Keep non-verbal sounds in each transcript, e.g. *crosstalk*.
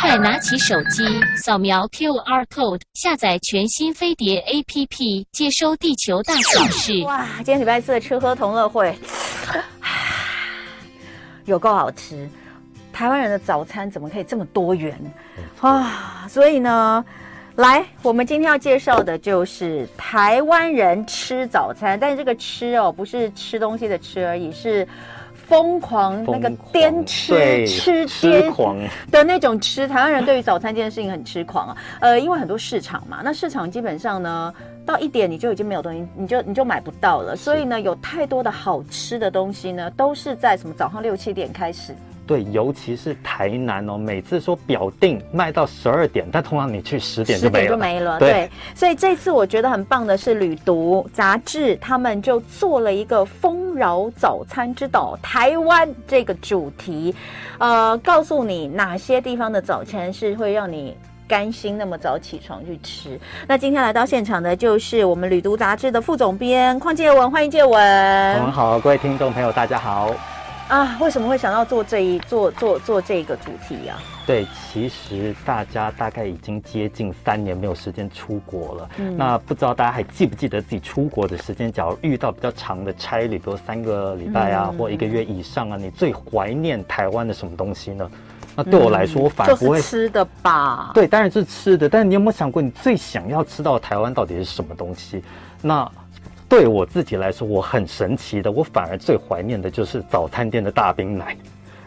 快拿起手机，扫描 QR code，下载全新飞碟 APP，接收地球大小事。哇，今天礼拜四的吃喝同乐会， *sighs* 有够好吃。台湾人的早餐怎么可以这么多元嗯啊？所以呢，来，我们今天要介绍的就是台湾人吃早餐，但是这个吃哦，不是吃东西的吃而已，是疯狂那个疯狂颠吃对吃吃颠狂，的那种吃，台湾人对于早餐这件事情很痴狂啊。呃，因为很多市场嘛，那市场基本上呢，到一点你就已经没有东西，你就你就买不到了。所以呢，有太多的好吃的东西呢，都是在什么早上六七点开始。对，尤其是台南哦，每次说表定卖到十二点，但通常你去十点就十没点就了。没了。对对，所以这次我觉得很棒的是《旅读》杂志，他们就做了一个“丰饶早餐之岛台湾”这个主题，呃，告诉你哪些地方的早餐是会让你。甘心那么早起床去吃？那今天来到现场的就是我们《旅读》杂志的副总编邝介文，欢迎介文。我们好，啊各位听众朋友，大家好。啊，为什么会想到做这一做做做这个主题啊呀、对，其实大家大概已经接近三年没有时间出国了。嗯那不知道大家还记不记得自己出国的时间？假如遇到比较长的差旅，比如三个礼拜啊，嗯或一个月以上啊，你最怀念台湾的什么东西呢？那对我来说，我反嗯就而不是会吃的吧？对，当然是吃的，但你有没有想过，你最想要吃到的台湾到底是什么东西？那对我自己来说，我很神奇的，我反而最怀念的就是早餐店的大冰奶，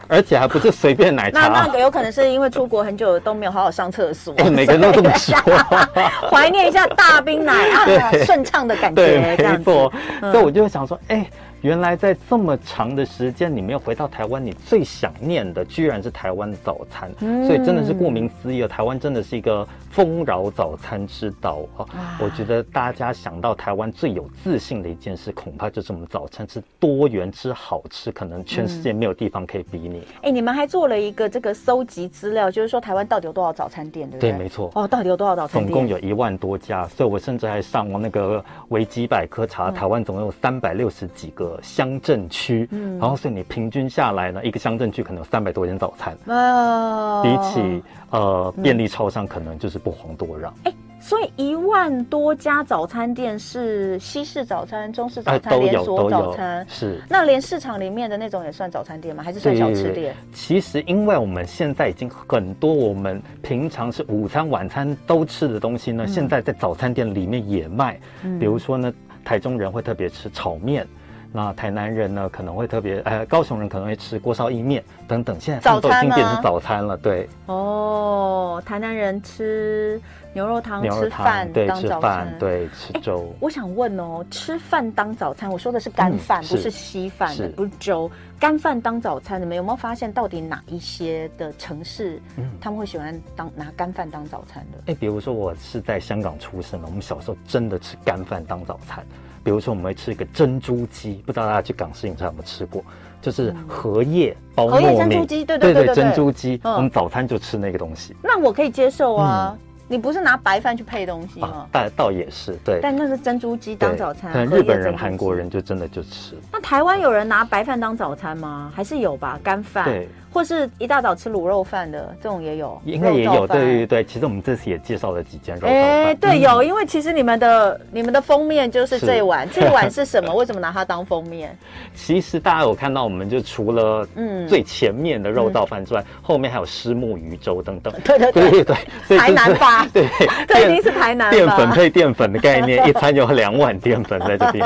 而且还不是随便 *laughs* 奶那那茶。个有可能是因为出国很久都没有好好上厕所，哎每个人都这么 *laughs* 说。 *laughs* 怀念一下大冰奶啊，对顺畅的感对，觉，这没样子。错。嗯所以我就想说，哎、原来在这么长的时间里面，回到台湾，你最想念的居然是台湾早餐，嗯所以真的是顾名思义了，台湾真的是一个丰饶早餐之岛啊！我觉得大家想到台湾最有自信的一件事，恐怕就是我们早餐之多元之好吃，可能全世界嗯没有地方可以比拟。哎、你们还做了一个这个搜集资料，就是说台湾到底有多少早餐店，对不对？对没错哦，到底有多少早餐总店？共有一万多家，所以我甚至还上网那个维基百科嗯查，台湾总共有三百六十几个乡镇区，嗯然后所以你平均下来呢，一个乡镇区可能有三百多间早餐，哦比起呃便利超商可能就是不遑多嗯让，哎所以一万多家早餐店是西式早餐、中式早哎餐、都连有锁都早有餐。是。那连市场里面的那种也算早餐店吗？还是算小吃店？其实，因为我们现在已经很多我们平常是午餐、晚餐都吃的东西嗯呢，现在在早餐店里面也卖。比如说呢，台中人会特别吃炒面。那台南人呢，可能会特别，呃，高雄人可能会吃锅烧意面等等。现在他们都已早经餐吗啊变成早餐了，对，哦，台南人吃牛肉汤、嗯牛吃肉汤饭，对，当吃早饭餐，，对，吃粥。我想问哦，吃饭当早餐，我说的是干饭，嗯不是是稀饭，是不是粥。干饭当早餐，你们有没有发现，到底哪一些的城市、嗯他们会喜欢当拿干饭当早餐的？哎，比如说我是在香港出生的，我们小时候真的吃干饭当早餐。比如说我们会吃一个珍珠鸡，不知道大家去港式饮茶有没有吃过？就是荷叶包嗯荷叶糯珍米，珠鸡对对对对对对珍珠鸡，嗯我们早餐就吃那个东西。那我可以接受啊，你不是拿白饭去配东西吗嗯啊，？倒倒也是对。嗯但那是珍珠鸡当对早餐，可能荷日叶本珍人、珠韩鸡国。人就真的就吃。那台湾有人拿白饭当早餐吗？还是有吧，干饭，对，或是一大早吃卤肉饭的这种也有，应该也肉燥有，对饭对对。其实我们这次也介绍了几间肉燥哎，饭。对，嗯有，因为其实你们的你们的封面就是是这一 *laughs* 碗，这一碗是什么？为什么拿它当封面？其实大家有看到，我们就除了嗯最前面的肉燥饭之外，后面还有虱目鱼粥等等。对对 *laughs* 对对对，所以台南就是吧 *laughs* 对，这一定是台南淀粉吧？配淀粉的概念，一餐有两碗淀粉在 *laughs* 这边。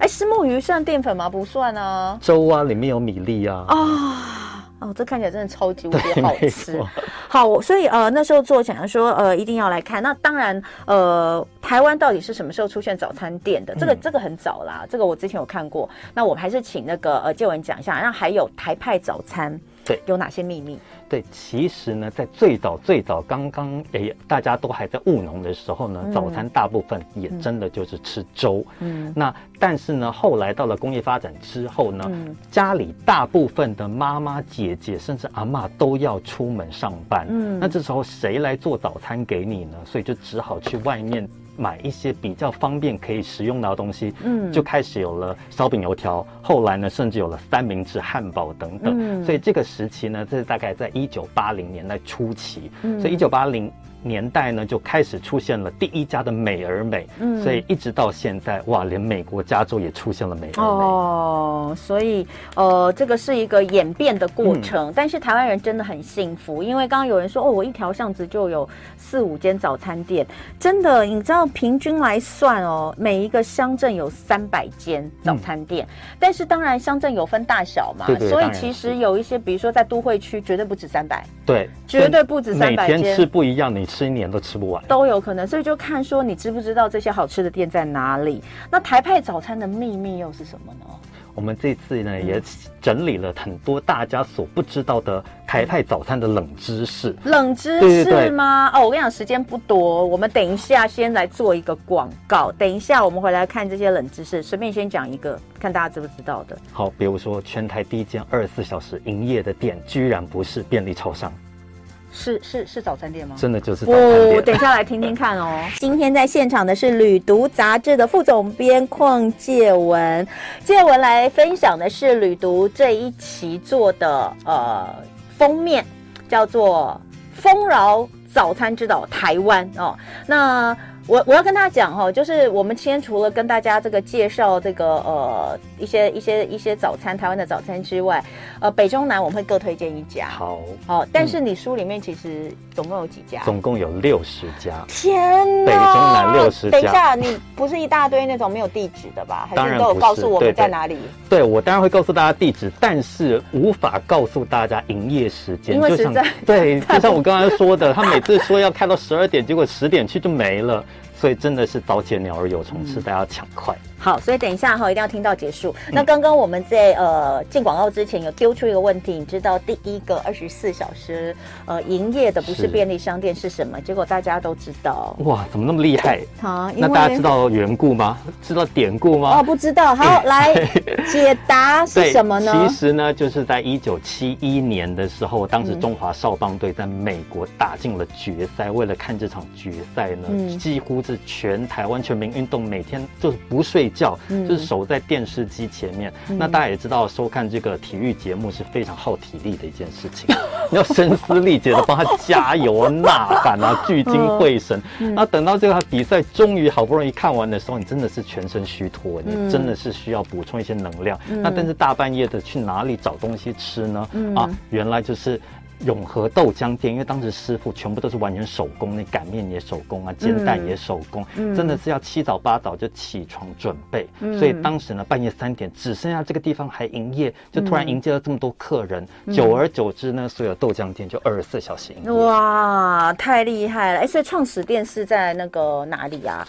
哎，石目鱼算淀粉吗？不算啊。粥啊，里面有米粒啊。啊哦，这看起来真的超级无敌对好没吃错。好，我所以呃那时候做想要说呃一定要来看。那当然呃台湾到底是什么时候出现早餐店的？这个、这个很早啦，这个我之前有看过。那我们还是请那个呃建文讲一下。然后还有台派早餐，对有哪些秘密？对，其实呢，在最早最早刚刚诶，大家都还在务农的时候呢，早餐大部分也真的就是吃粥。嗯嗯，那但是呢，后来到了工业发展之后呢，嗯家里大部分的妈妈、姐姐甚至阿嬷都要出门上班。嗯嗯，那这时候谁来做早餐给你呢？所以就只好去外面。买一些比较方便可以食用到的东西，嗯就开始有了烧饼、油条，后来呢，甚至有了三明治、汉堡等等。嗯所以这个时期呢，这是大概在一九八零年代初期，嗯所以一九八零。年代呢，就开始出现了第一家的美而美，嗯所以一直到现在，哇，连美国加州也出现了美而美。哦，所以呃，这个是一个演变的过程，嗯但是台湾人真的很幸福，因为刚刚有人说哦，我一条巷子就有四五间早餐店，真的，你知道平均来算哦，每一个乡镇有三百间早餐店，但是当然乡镇有分大小嘛，嗯对对所以当然其是实有一些，比如说在都会区，绝对不止三百，对，绝对不止每300天间吃不一样，你吃一年都吃不完。都有可能，所以就看说你知不知道这些好吃的店在哪里。那台派早餐的秘密又是什么呢？我们这次呢嗯也整理了很多大家所不知道的台派早餐的冷知识。冷知对对识对吗？哦，我跟你讲，时间不多，我们等一下先来做一个广告，等一下我们回来看这些冷知识，随便先讲一个，看大家知不知道的。好，比如说全台第一间二十四小时营业的店，居然不是便利超商，是是是早餐店吗？真的就是早餐哦，店。等一下来听听看哦。今天在现场的是《旅读》杂志的副总编邝介文，介文来分享的是《旅读》这一期做的呃封面，叫做“丰饶早餐之岛台湾”哦。那我我要跟大家讲哈、哦，就是我们今天除了跟大家这个介绍这个呃一些一些一些早餐台湾的早餐之外，呃北中南我们会各推荐一家。好，好，但是你书里面其实总共有几家？总共有六十家。天呐！北中南60等一下，你不是一大堆那种没有地址的吧？还当是然你都有不告是诉我对们在对哪里？对我当然会告诉大家地址，但是无法告诉大家营业时间。因为就实像在对，就像我刚才说的，他每次说要开到十二点，结果十点去就没了，所以真的是早起的鸟儿有虫嗯吃，大家抢快。好，所以等一下哈，一定要听到结束。那刚刚我们在呃进广告之前有丢出一个问题，你知道第一个二十四小时呃营业的不是是便利商店是什么？结果大家都知道。哇，怎么那么厉害？好，因那大家知为道缘故吗？知道典故吗？哦不知道， *laughs* 好来解答是对，什么呢其？实呢，就是在一九七一年的时候，当时中华少棒队在美国打进了决赛。为了看这场决赛呢，嗯几乎是全台湾全民运动，每天就是不睡觉，嗯就是守在电视机前面。那大家也知道，收看这个体育节目是非常耗体力的一件事情，你要声嘶力竭的帮他加油啊、呐喊啊，聚精会神。嗯那等到这个比赛终于好不容易看完的时候，你真的是全身虚脱，嗯你真的是需要补充一些能量。那但是大半夜的去哪里找东西吃呢？嗯啊，原来就是。永和豆浆店，因为当时师傅全部都是完全手工，那擀面也手工啊，煎蛋也手工，嗯真的是要七早八早就起床准备。嗯所以当时呢，半夜三点只剩下这个地方还营业，就突然嗯迎接了这么多客人，久而久之呢，所有豆浆店就二十四小时营业。哇，太厉害了！哎，所以创始店是在那个哪里啊？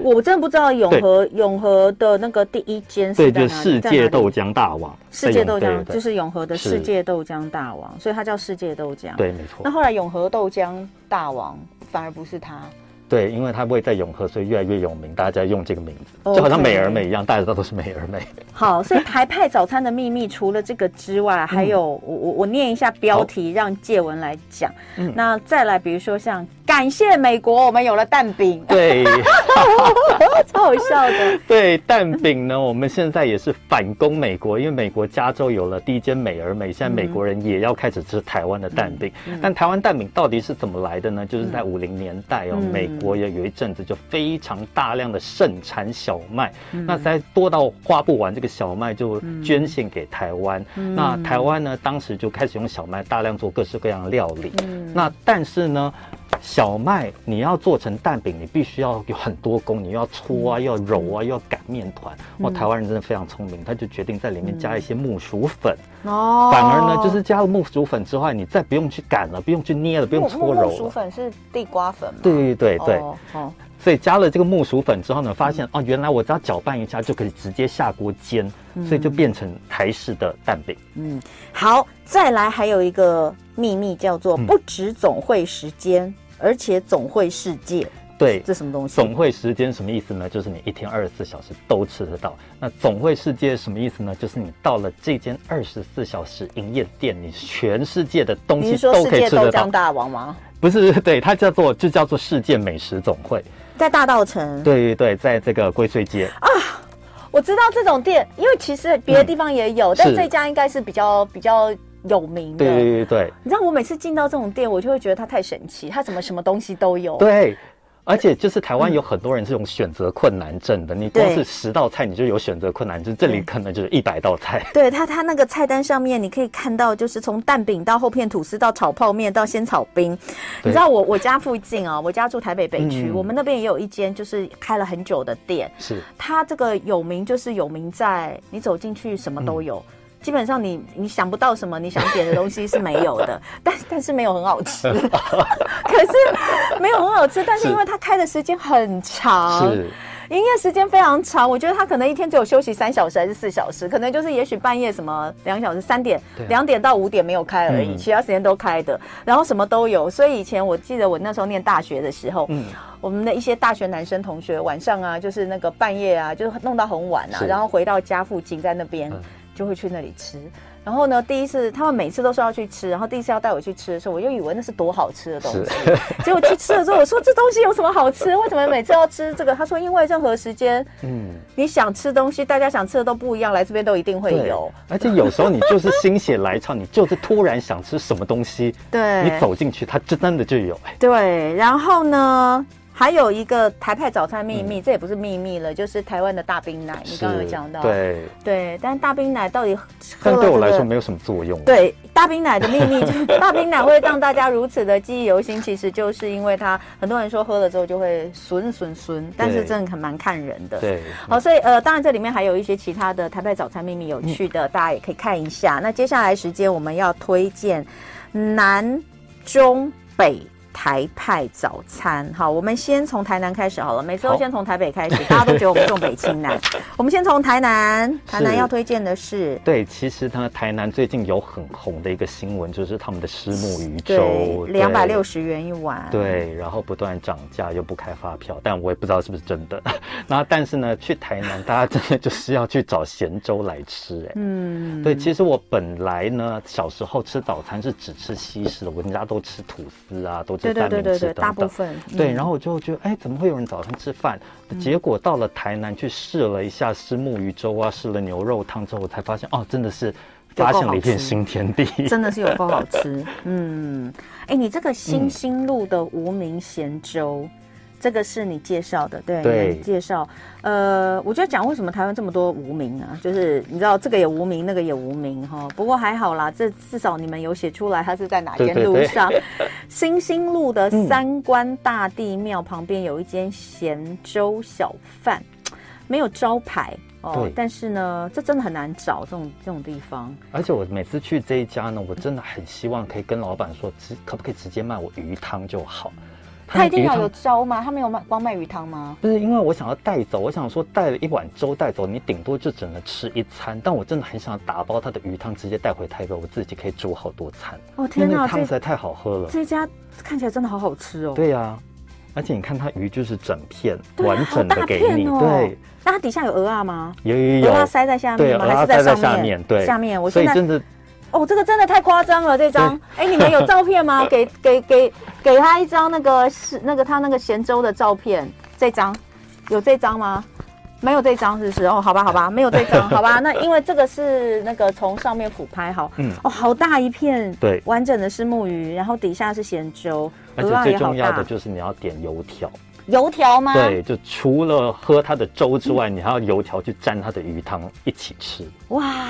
我真的不知道永和永和的那个第一间对，是在就是哪世里？在哪界里豆浆大王，世界豆在浆永对就是永和的是世界豆浆大王，所以它叫世界豆浆。，对，没那错，后来永和豆浆大王反而不是它，对，因为它位在永和，所以越来越有名，大家在用这个名字， OK 就好像美而美一样，大家知道都是美 *laughs* 而美。好，所以台派早餐的秘密除了这个之外，还有我我我念一下标题，让介文来讲。嗯那再来，比如说像感谢美国，我们有了蛋饼，对哦超好笑的。 *laughs* 对，蛋饼呢，我们现在也是反攻美国，因为美国加州有了第一间美而美，现在美国人也要开始吃台湾的蛋饼。嗯但台湾蛋饼到底是怎么来的呢？就是在五零年代哦，嗯美国也有一阵子就非常大量的盛产小麦，嗯那实在多到花不完，这个小麦就捐献给台湾。那嗯台湾呢，当时就开始用小麦大量做各式各样的料理。嗯那但是呢，小麦你要做成蛋饼，你必须要有很多工，你又要搓啊，又要揉啊，又要擀面团。嗯哇，台湾人真的非常聪明，他就决定在里面加一些木薯粉。哦反而呢，就是加了木薯粉之外，你再不用去擀了，不用去捏了，不用木木搓木薯揉了。粉是地瓜粉吗？对对对，哦哦所以加了这个木薯粉之后呢，发现哦，原来我只要搅拌一下就可以直接下锅煎，所以就变成台式的蛋饼。嗯，好，再来还有一个秘密叫做嗯不止总会时间，而且总会世界，对，这什么东西？总会时间什么意思呢？就是你一天二十四小时都吃得到。那总会世界什么意思呢？就是你到了这间二十四小时营业店，你全世界的东你西是说都世可以界吃豆得浆到。大王吗？不是，对，它叫做就叫做世界美食总会。在大道城。对对对，在这个龟虽街，啊我知道这种店，因为其实别的地方也有，但嗯是这家应该是比较比较有名的。对对对对你知道我每次进到这种店，我就会觉得它太神奇，它怎么什么东西都有。对。而且就是台湾有很多人是有选择困难症的，你光对是十道菜你就有选择困难症，这里可能就是一百道菜。对它，它那个菜单上面你可以看到，就是从蛋饼到厚片吐司到炒泡面到鲜草冰。你对知道我我家附近啊，我 *laughs* 家住台北北区，嗯我们那边也有一间就是开了很久的店，是，它这个有名就是有名在你走进去什么都有。嗯基本上你你想不到什么你想点的东西是没有的， *laughs* 但但是没有很好吃， *laughs* 可是没有很好吃，但是是因为它开的时间很长，是，营业时间非常长，我觉得他可能一天只有休息三小时还是四小时，可能就是也许半夜什么两小时、三点、对啊两点到五点没有开而已，嗯其他时间都开的，然后什么都有。所以以前我记得我那时候念大学的时候，嗯，我们的一些大学男生同学晚上啊，就是那个半夜啊，就是弄到很晚啊，是然后回到家附近在那边、嗯就会去那里吃。然后呢，第一次他们每次都说要去吃，然后第一次要带我去吃的时候，我就以为那是多好吃的东西。 *laughs* 结果去吃了之后，我说这东西有什么好吃？为什么每次要吃这个？他说因为任何时间嗯。你想吃东西，大家想吃的都不一样，来这边都一定会对有。，而且有时候你就是心血来潮，你就是突然想吃什么东西， *laughs* 对，你走进去，它就真的就有。哎对，然后呢，还有一个台派早餐秘密，这也不是秘密了，就是台湾的大冰奶，你刚刚有是讲到。对，对，但大冰奶到底喝但对我了这来说个没有什么作用。，对大冰奶的秘密，就是大冰奶会让大家如此的记忆犹新，其实就是因为它很多人说喝了之后就会酸酸酸，但是对真的很蛮看人的。对，好，所以呃，当然这里面还有一些其他的台北早餐秘密有趣的，大家也可以看一下。那接下来时间我们要推荐南中北。台派早餐，好，我们先从台南开始好了。每次都好先从台北开始，大家都觉得我们重北轻南。我们先从台南，台南是要推荐的是对，其实呢，台南最近有很红的一个新闻，就是他们的虱目鱼对粥，两百六十十。元一碗，，对，然后不断涨价，又不开发票，但我也不知道是不是真的。 *laughs* 那但是呢，去台南大家真的就是要去找咸粥来吃、哎、嗯，对，其实我本来呢，小时候吃早餐是只吃西式的，我们家都吃吐司啊，都对对吃三对明对治对，等等。大部分嗯对，然后后我就觉得，哎，怎么会有人早上吃饭？嗯结果到了台南去试了一下虱目鱼粥啊，试了牛肉汤之后，我才发现，哦，真的是有发够现好了一片吃新 *laughs* 天地。真的是有够好 *laughs* 吃，嗯，哎，你这个新兴路的无名咸粥。这个是你介绍的，对，对你介绍。呃，我就讲为什么台湾这么多无名啊，就是你知道这个也无名，那个也无名哈、不过还好啦，这至少你们有写出来它是在哪对间对路对 *laughs* 上。新兴路的嗯三官大帝庙旁边有一间咸粥小贩，没有招牌哦对，但是呢，这真的很难找这种这种地方。而且我每次去这一家呢，我真的很希望可以跟老板说，直可不可以直接卖我鱼汤就好。他一定鱼要汤有粥吗？他没有卖光卖鱼汤吗？不是因为我想要带走，我想说带了一碗粥带走，你顶多就只能吃一餐。但我真的很想打包他的鱼汤，直接带回台北，我自己可以煮好多餐。哦因天为那哪，个汤实这在太好喝了。这家看起来真的好好吃哦。，对呀、啊而且你看它鱼就是整片、对啊完整好大的给你，片哦对，那它底下有鹅啊吗？有有鹅啊有。塞在下对，面吗？还它是塞在上下面，对，下面。我所现以在真的哦，这个真的太夸张了，这张。哎，你们有照片 *laughs* 吗？给给给给他一张那个是那个他那个咸粥的照片，这张有这张吗？没有这张是不是？哦，好吧，好吧，没有这张，好 *laughs* 吧。那因为这个是那个从上面俯拍，好，嗯哦，好大一片，对完整的是木鱼，然后底下是咸粥，而鹅啊且也最好重要大啊的就是你要点油条，油条吗？对，就除了喝它的粥之外，你还要油条去蘸它的鱼汤一起吃。哇，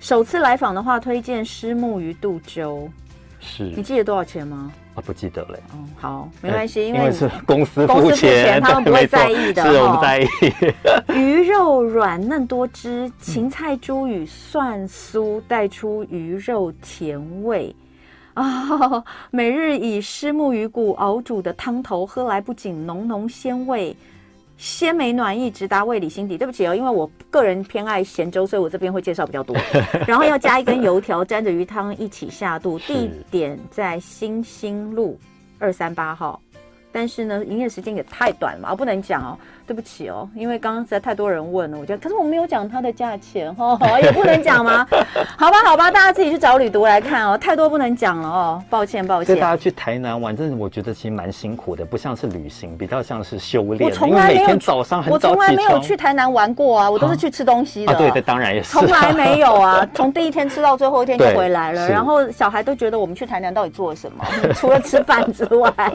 首次来访的话，推荐虱目鱼肚粥，是你记得多少钱吗？啊，不记得嘞，哦，好，没关系，因呃因为为是公司公司付付钱钱，他们对不会没错在意的是我哦们在意。 *laughs* 鱼肉软嫩多汁，芹菜、猪与蒜酥带出鱼肉甜味。 *laughs* 啊、每日以虱目鱼骨熬煮的汤头，喝来不仅浓浓鲜味。鲜美暖意，直达胃里心底。对不起哦，因为我个人偏爱咸粥，所以我这边会介绍比较多。然后要加一根油条，沾着鱼汤一起下肚。是地点在新兴路二三八号。但是呢，营业时间也太短了嘛，啊不能讲哦，对不起哦，因为刚刚实在太多人问了，我觉得，可是我没有讲它的价钱 *laughs* 哦，也不能讲吗？好吧，好吧，大家自己去找旅读来看哦，太多不能讲了哦，抱歉，抱所以歉大。家去台南玩，真的我觉得其实蛮辛苦的，不像是旅行，比较像是修我炼。从因为来没每有天去早上很我早从起来床。没有去台南玩过啊，我都是去吃东西的。啊，对对，当然也是。从来没有 *laughs* 啊，从第一天吃到最后一天就对回来了。是然后小孩都觉得我们去台南到底做了什么， *laughs* 除了吃饭之外。 *laughs*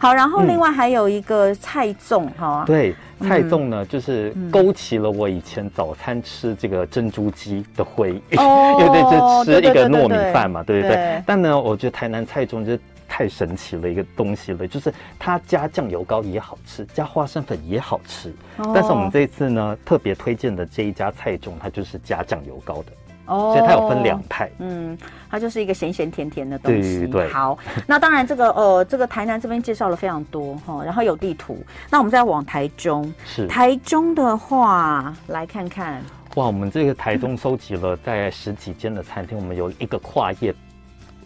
好，然后另外还有一个菜粽哈，嗯对，菜嗯粽呢，就是勾起了我以前早餐吃这个珍珠鸡的回忆， *laughs* 哦因为对，对就吃对一对个对糯米饭嘛，对对对。对但呢，我觉得台南菜粽就是。太神奇了一个东西了，就是它加酱油膏也好吃，加花生粉也好吃。哦但是我们这一次呢，特别推荐的这一家菜粽，它就是加酱油膏的，哦所以它有分两。派。嗯，它就是一个咸咸甜甜的东西。对对好，那当然这个呃，这个台南这边介绍了非常多哈、然后有地图。那我们再往台中，是台中的话来看看，哇，我们这个台中收集了在十几间的餐厅，我们有一个跨页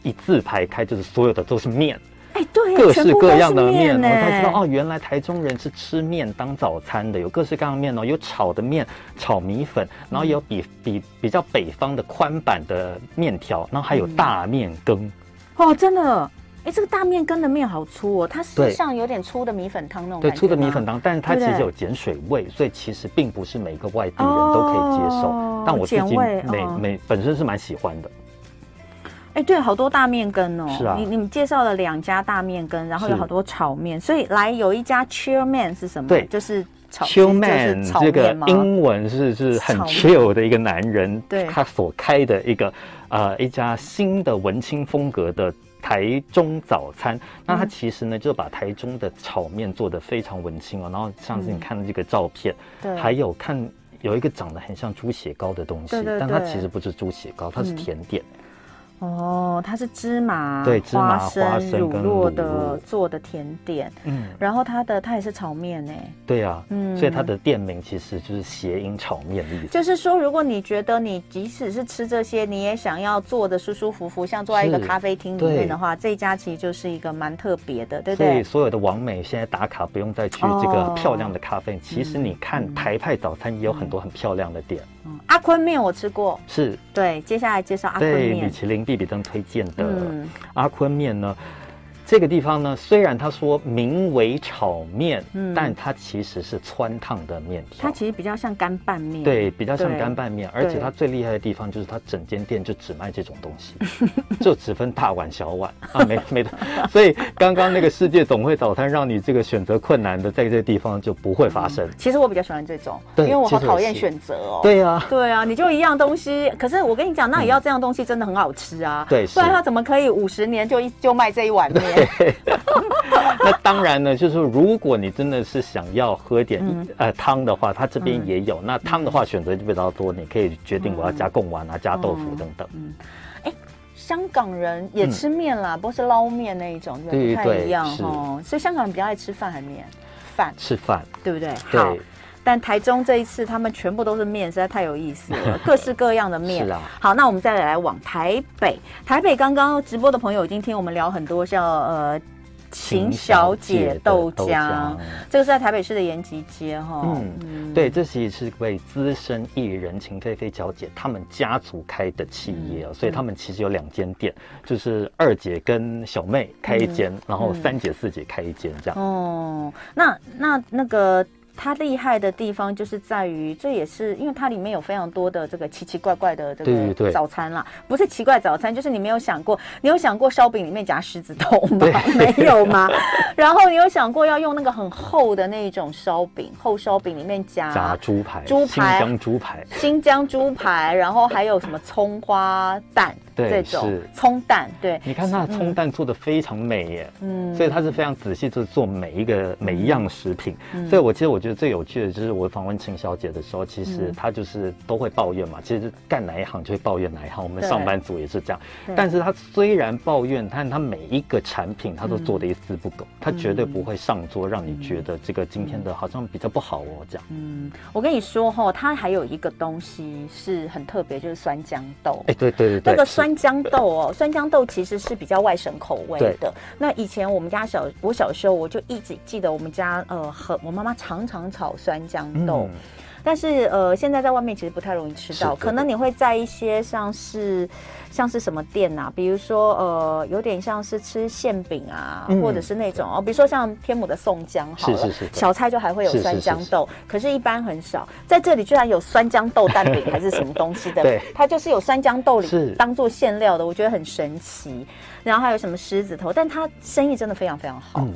一字排开，就是所有的都是面。哎，对，各全式部各都是样的面面，我呢才知道哦，原来台中人是吃面当早餐的，有各式各样的面哦，有炒的面、炒米粉，然后也有比比比较北方的宽版的面条，然后还有大面羹，哦，真的，哎，这个大面羹的面好粗哦，它是对像有点粗的米粉汤那种对，感觉粗的米吗粉汤，但是它对其不实对有碱水味，所以其实并不是每个外地人都可以接受，哦但我自己碱味每哦每本身是蛮喜欢的，哎，对，好多大面羹哦。是啊你你们介绍了两家大面羹，然后有是好多炒面，所以来有一家 Chill Man 是什么？对就是炒秋就 man 是炒这个面吗？英文是是很炒面 chill 的一个男人，对他所开的一个呃一家新的文青风格的。台中早餐，那嗯他其实呢就把台中的炒面做的非常文青哦，然后上次你看的这个照片，对，还有看有一个长得很像猪血糕的东西，对对但它对其实不是猪血糕，它是嗯甜点，哦，它是芝麻、对芝麻花花生、生乳跟酪乳的酪做的甜点，嗯，然后它的它也是炒面呢。对啊，嗯所以它的店名其实就是谐音炒面的意思，就是说，如果你觉得你即使是吃这些，你也想要做的舒舒服服，像坐在一个是咖啡厅里对面的话，这一家其实就是一个蛮特别的，对不所以对？所有的网美现在打卡不用再去这哦个漂亮的咖啡，其实你看台派早餐也有很多很漂亮的店，嗯阿坤面我吃过，是对，接下来介绍阿坤对米面。其林必比登推荐的嗯阿坤面呢。这个地方呢，虽然他说名为炒面，嗯但它其实是汆烫的面条它，其实比较像干拌面。对，比较像对干拌面，而且它最厉害的地方就是它整间店就只卖这种东西，就只分大碗小碗啊，没没的。所以刚刚那个世界总会早餐让你这个选择困难的，在这个地方就不会发生。其实我比较喜欢这种，因对为我好其实讨厌我是选择哦。对啊，对啊，你就一样东西，可是我跟你讲，那也要这样东西真的很好吃啊。嗯对是不然他怎么可以五十年就一就卖这一碗面？那当然呢，就是说如果你真的是想要喝点、嗯呃汤的话，它这边也有。那汤的话选择就比较多，你可以决定我要嗯加贡丸啊、加豆哦腐等等。 *laughs* 香港人也吃面啦，不过是捞面那一种，对嗯不对太一对样是哦。所以香港人比较爱吃饭还面，饭吃饭对不对？好对。，但台中这一次他们全部都是面，实在太有意思 *laughs* 了，各式各样的面。是啊好，那我们再来往台北，台北刚刚直播的朋友已经听我们聊很多像呃。秦小姐豆秦浆小姐豆浆，这个是在台北市的延吉街哈、哦。嗯，对，这其实是为资深艺人秦菲菲小姐他们家族开的企业哦，所以他们其实有两间店，就是二姐跟小妹开一间，然后三姐、四姐开一间这样。哦，那那那个它厉害的地方就是在于，这也是因为它里面有非常多的这个奇奇怪怪的这对对个对早餐啦，不是奇怪早餐，就是你没有想过，你有想过烧饼里面夹狮子头吗？ *laughs* 没有 *laughs* 吗？然后你有想过要用那个很厚的那一种烧饼，厚烧饼里面炸夹猪排，猪新排疆猪排，新疆猪排，然后还有什么葱花蛋对这种是葱蛋，对，你看它的葱蛋做的非常美耶，嗯所以它是非常仔细做做每一个每一样食品。嗯所以我其实我觉得最有趣的就是我访问秦小姐的时候，其嗯实她就是都会抱怨嘛，其实干哪一行就会抱怨哪一行，我们对上班族也是这样对。但是她虽然抱怨，但她每一个产品她都嗯做的一丝不苟，她绝对不会上桌让你觉得这个今天的好像比较不好哦这样。嗯，我跟你说哈、它还有一个东西是很特别，就是酸豇豆。哎，对对对对，那个是酸酸豇豆哦，酸豇豆其实是比较外省口味的。那以前我们家小我小时候，我就一直记得我们家呃，很我妈妈常常炒酸豇豆。嗯但是呃，现在在外面其实不太容易吃是到，对可能你会在一些像是像是什么店呐、比如说呃，有点像是吃馅饼啊，嗯或者是那种哦，比如说像天母的宋江好了，是是是对小菜就还会有是是酸是豇豆，可是一般很少。在这里居然有酸豇豆蛋饼还是什么东西的， *laughs* 对它就是有酸豇豆里是当做馅料的，我觉得很神奇。然后还有什么狮子头，但它生意真的非常非常好。嗯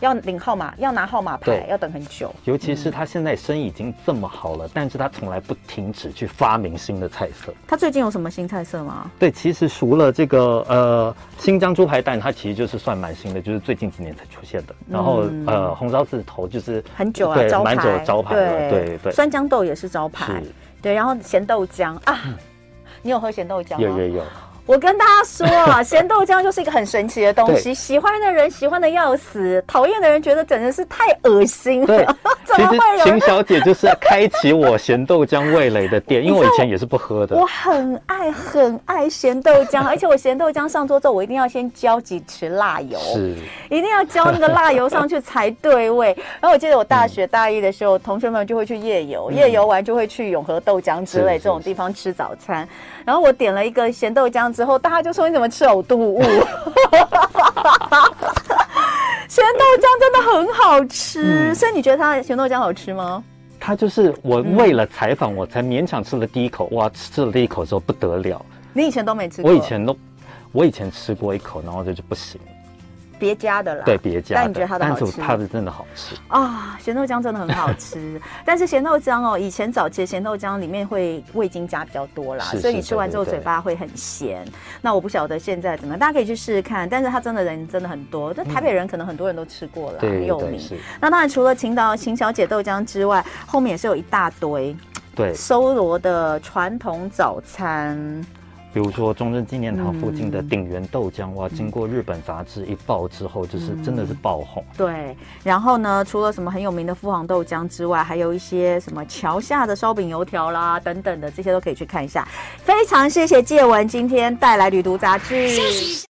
要领号码，要拿号码牌对，要等很久。尤其嗯是他现在生意已经这么好了，但是他从来不停止去发明新的菜色。它最近有什么新菜色吗？对，其实除了这个呃新疆猪排蛋，它其实就是算蛮新的，就是最近几年才出现的。然后、嗯呃红烧狮子头就是很久啊，对，招牌，蛮久的招牌了，对对。酸豇豆也是招牌是，嗯对，然后咸豆浆啊。你有喝咸豆浆吗？有有有，我跟大家说 *laughs* 啊，咸豆浆就是一个很神奇的东西，对喜欢的人喜欢的要死，讨厌的人觉得简直是太恶心对了。 *laughs* 怎其么实会有人秦小姐就是开启我咸豆浆味蕾 *laughs* 的店，因为我以前也是不喝的我。很爱很爱咸豆浆，而且我咸豆浆上桌之后，我一定要先浇几匙辣油，是，一定要浇那个辣油上去才对 *laughs* 味。然后我记得我大嗯学大一的时候，同学们就会去夜游，夜游完就会去永和豆浆之类是这种地方吃早餐。然后我点了一个咸豆浆之后，大家就说你怎么吃呕吐 *laughs* 物？咸豆浆真的很好吃，嗯所以你觉得它的咸豆浆好吃吗？它就是我嗯为了采访，我才勉强吃了第一口，哇，吃了第一口之后不得了，你以前都没吃过，我以前都，我以前吃过一口，然后这就不行，别家的啦，对别家的，啊但你觉得它的好但是吃它的真的好吃，啊，咸豆浆真的很好 *laughs* 吃，但是咸豆浆哦，以前早期的咸豆浆里面会味精加比较多啦，是是所以你吃完之后对对嘴对巴会很咸。那我不晓得现在怎么样，大家可以去试试看。但是它真的人真的很多，但台北人可能很多人都吃过了，很嗯对有对名。是，那当然，除了秦导秦小姐豆浆之外，后面也是有一大堆对，搜罗的传统早餐。比如说中正纪念堂附近的鼎元豆浆，哇，经过日本杂志一爆之后，就是真的是爆红，对，然后呢，除了什么很有名的富航豆浆之外，还有一些什么桥下的烧饼油条啦等等的，这些都可以去看一下。非常谢谢介文今天带来《旅途》杂志。休息一下。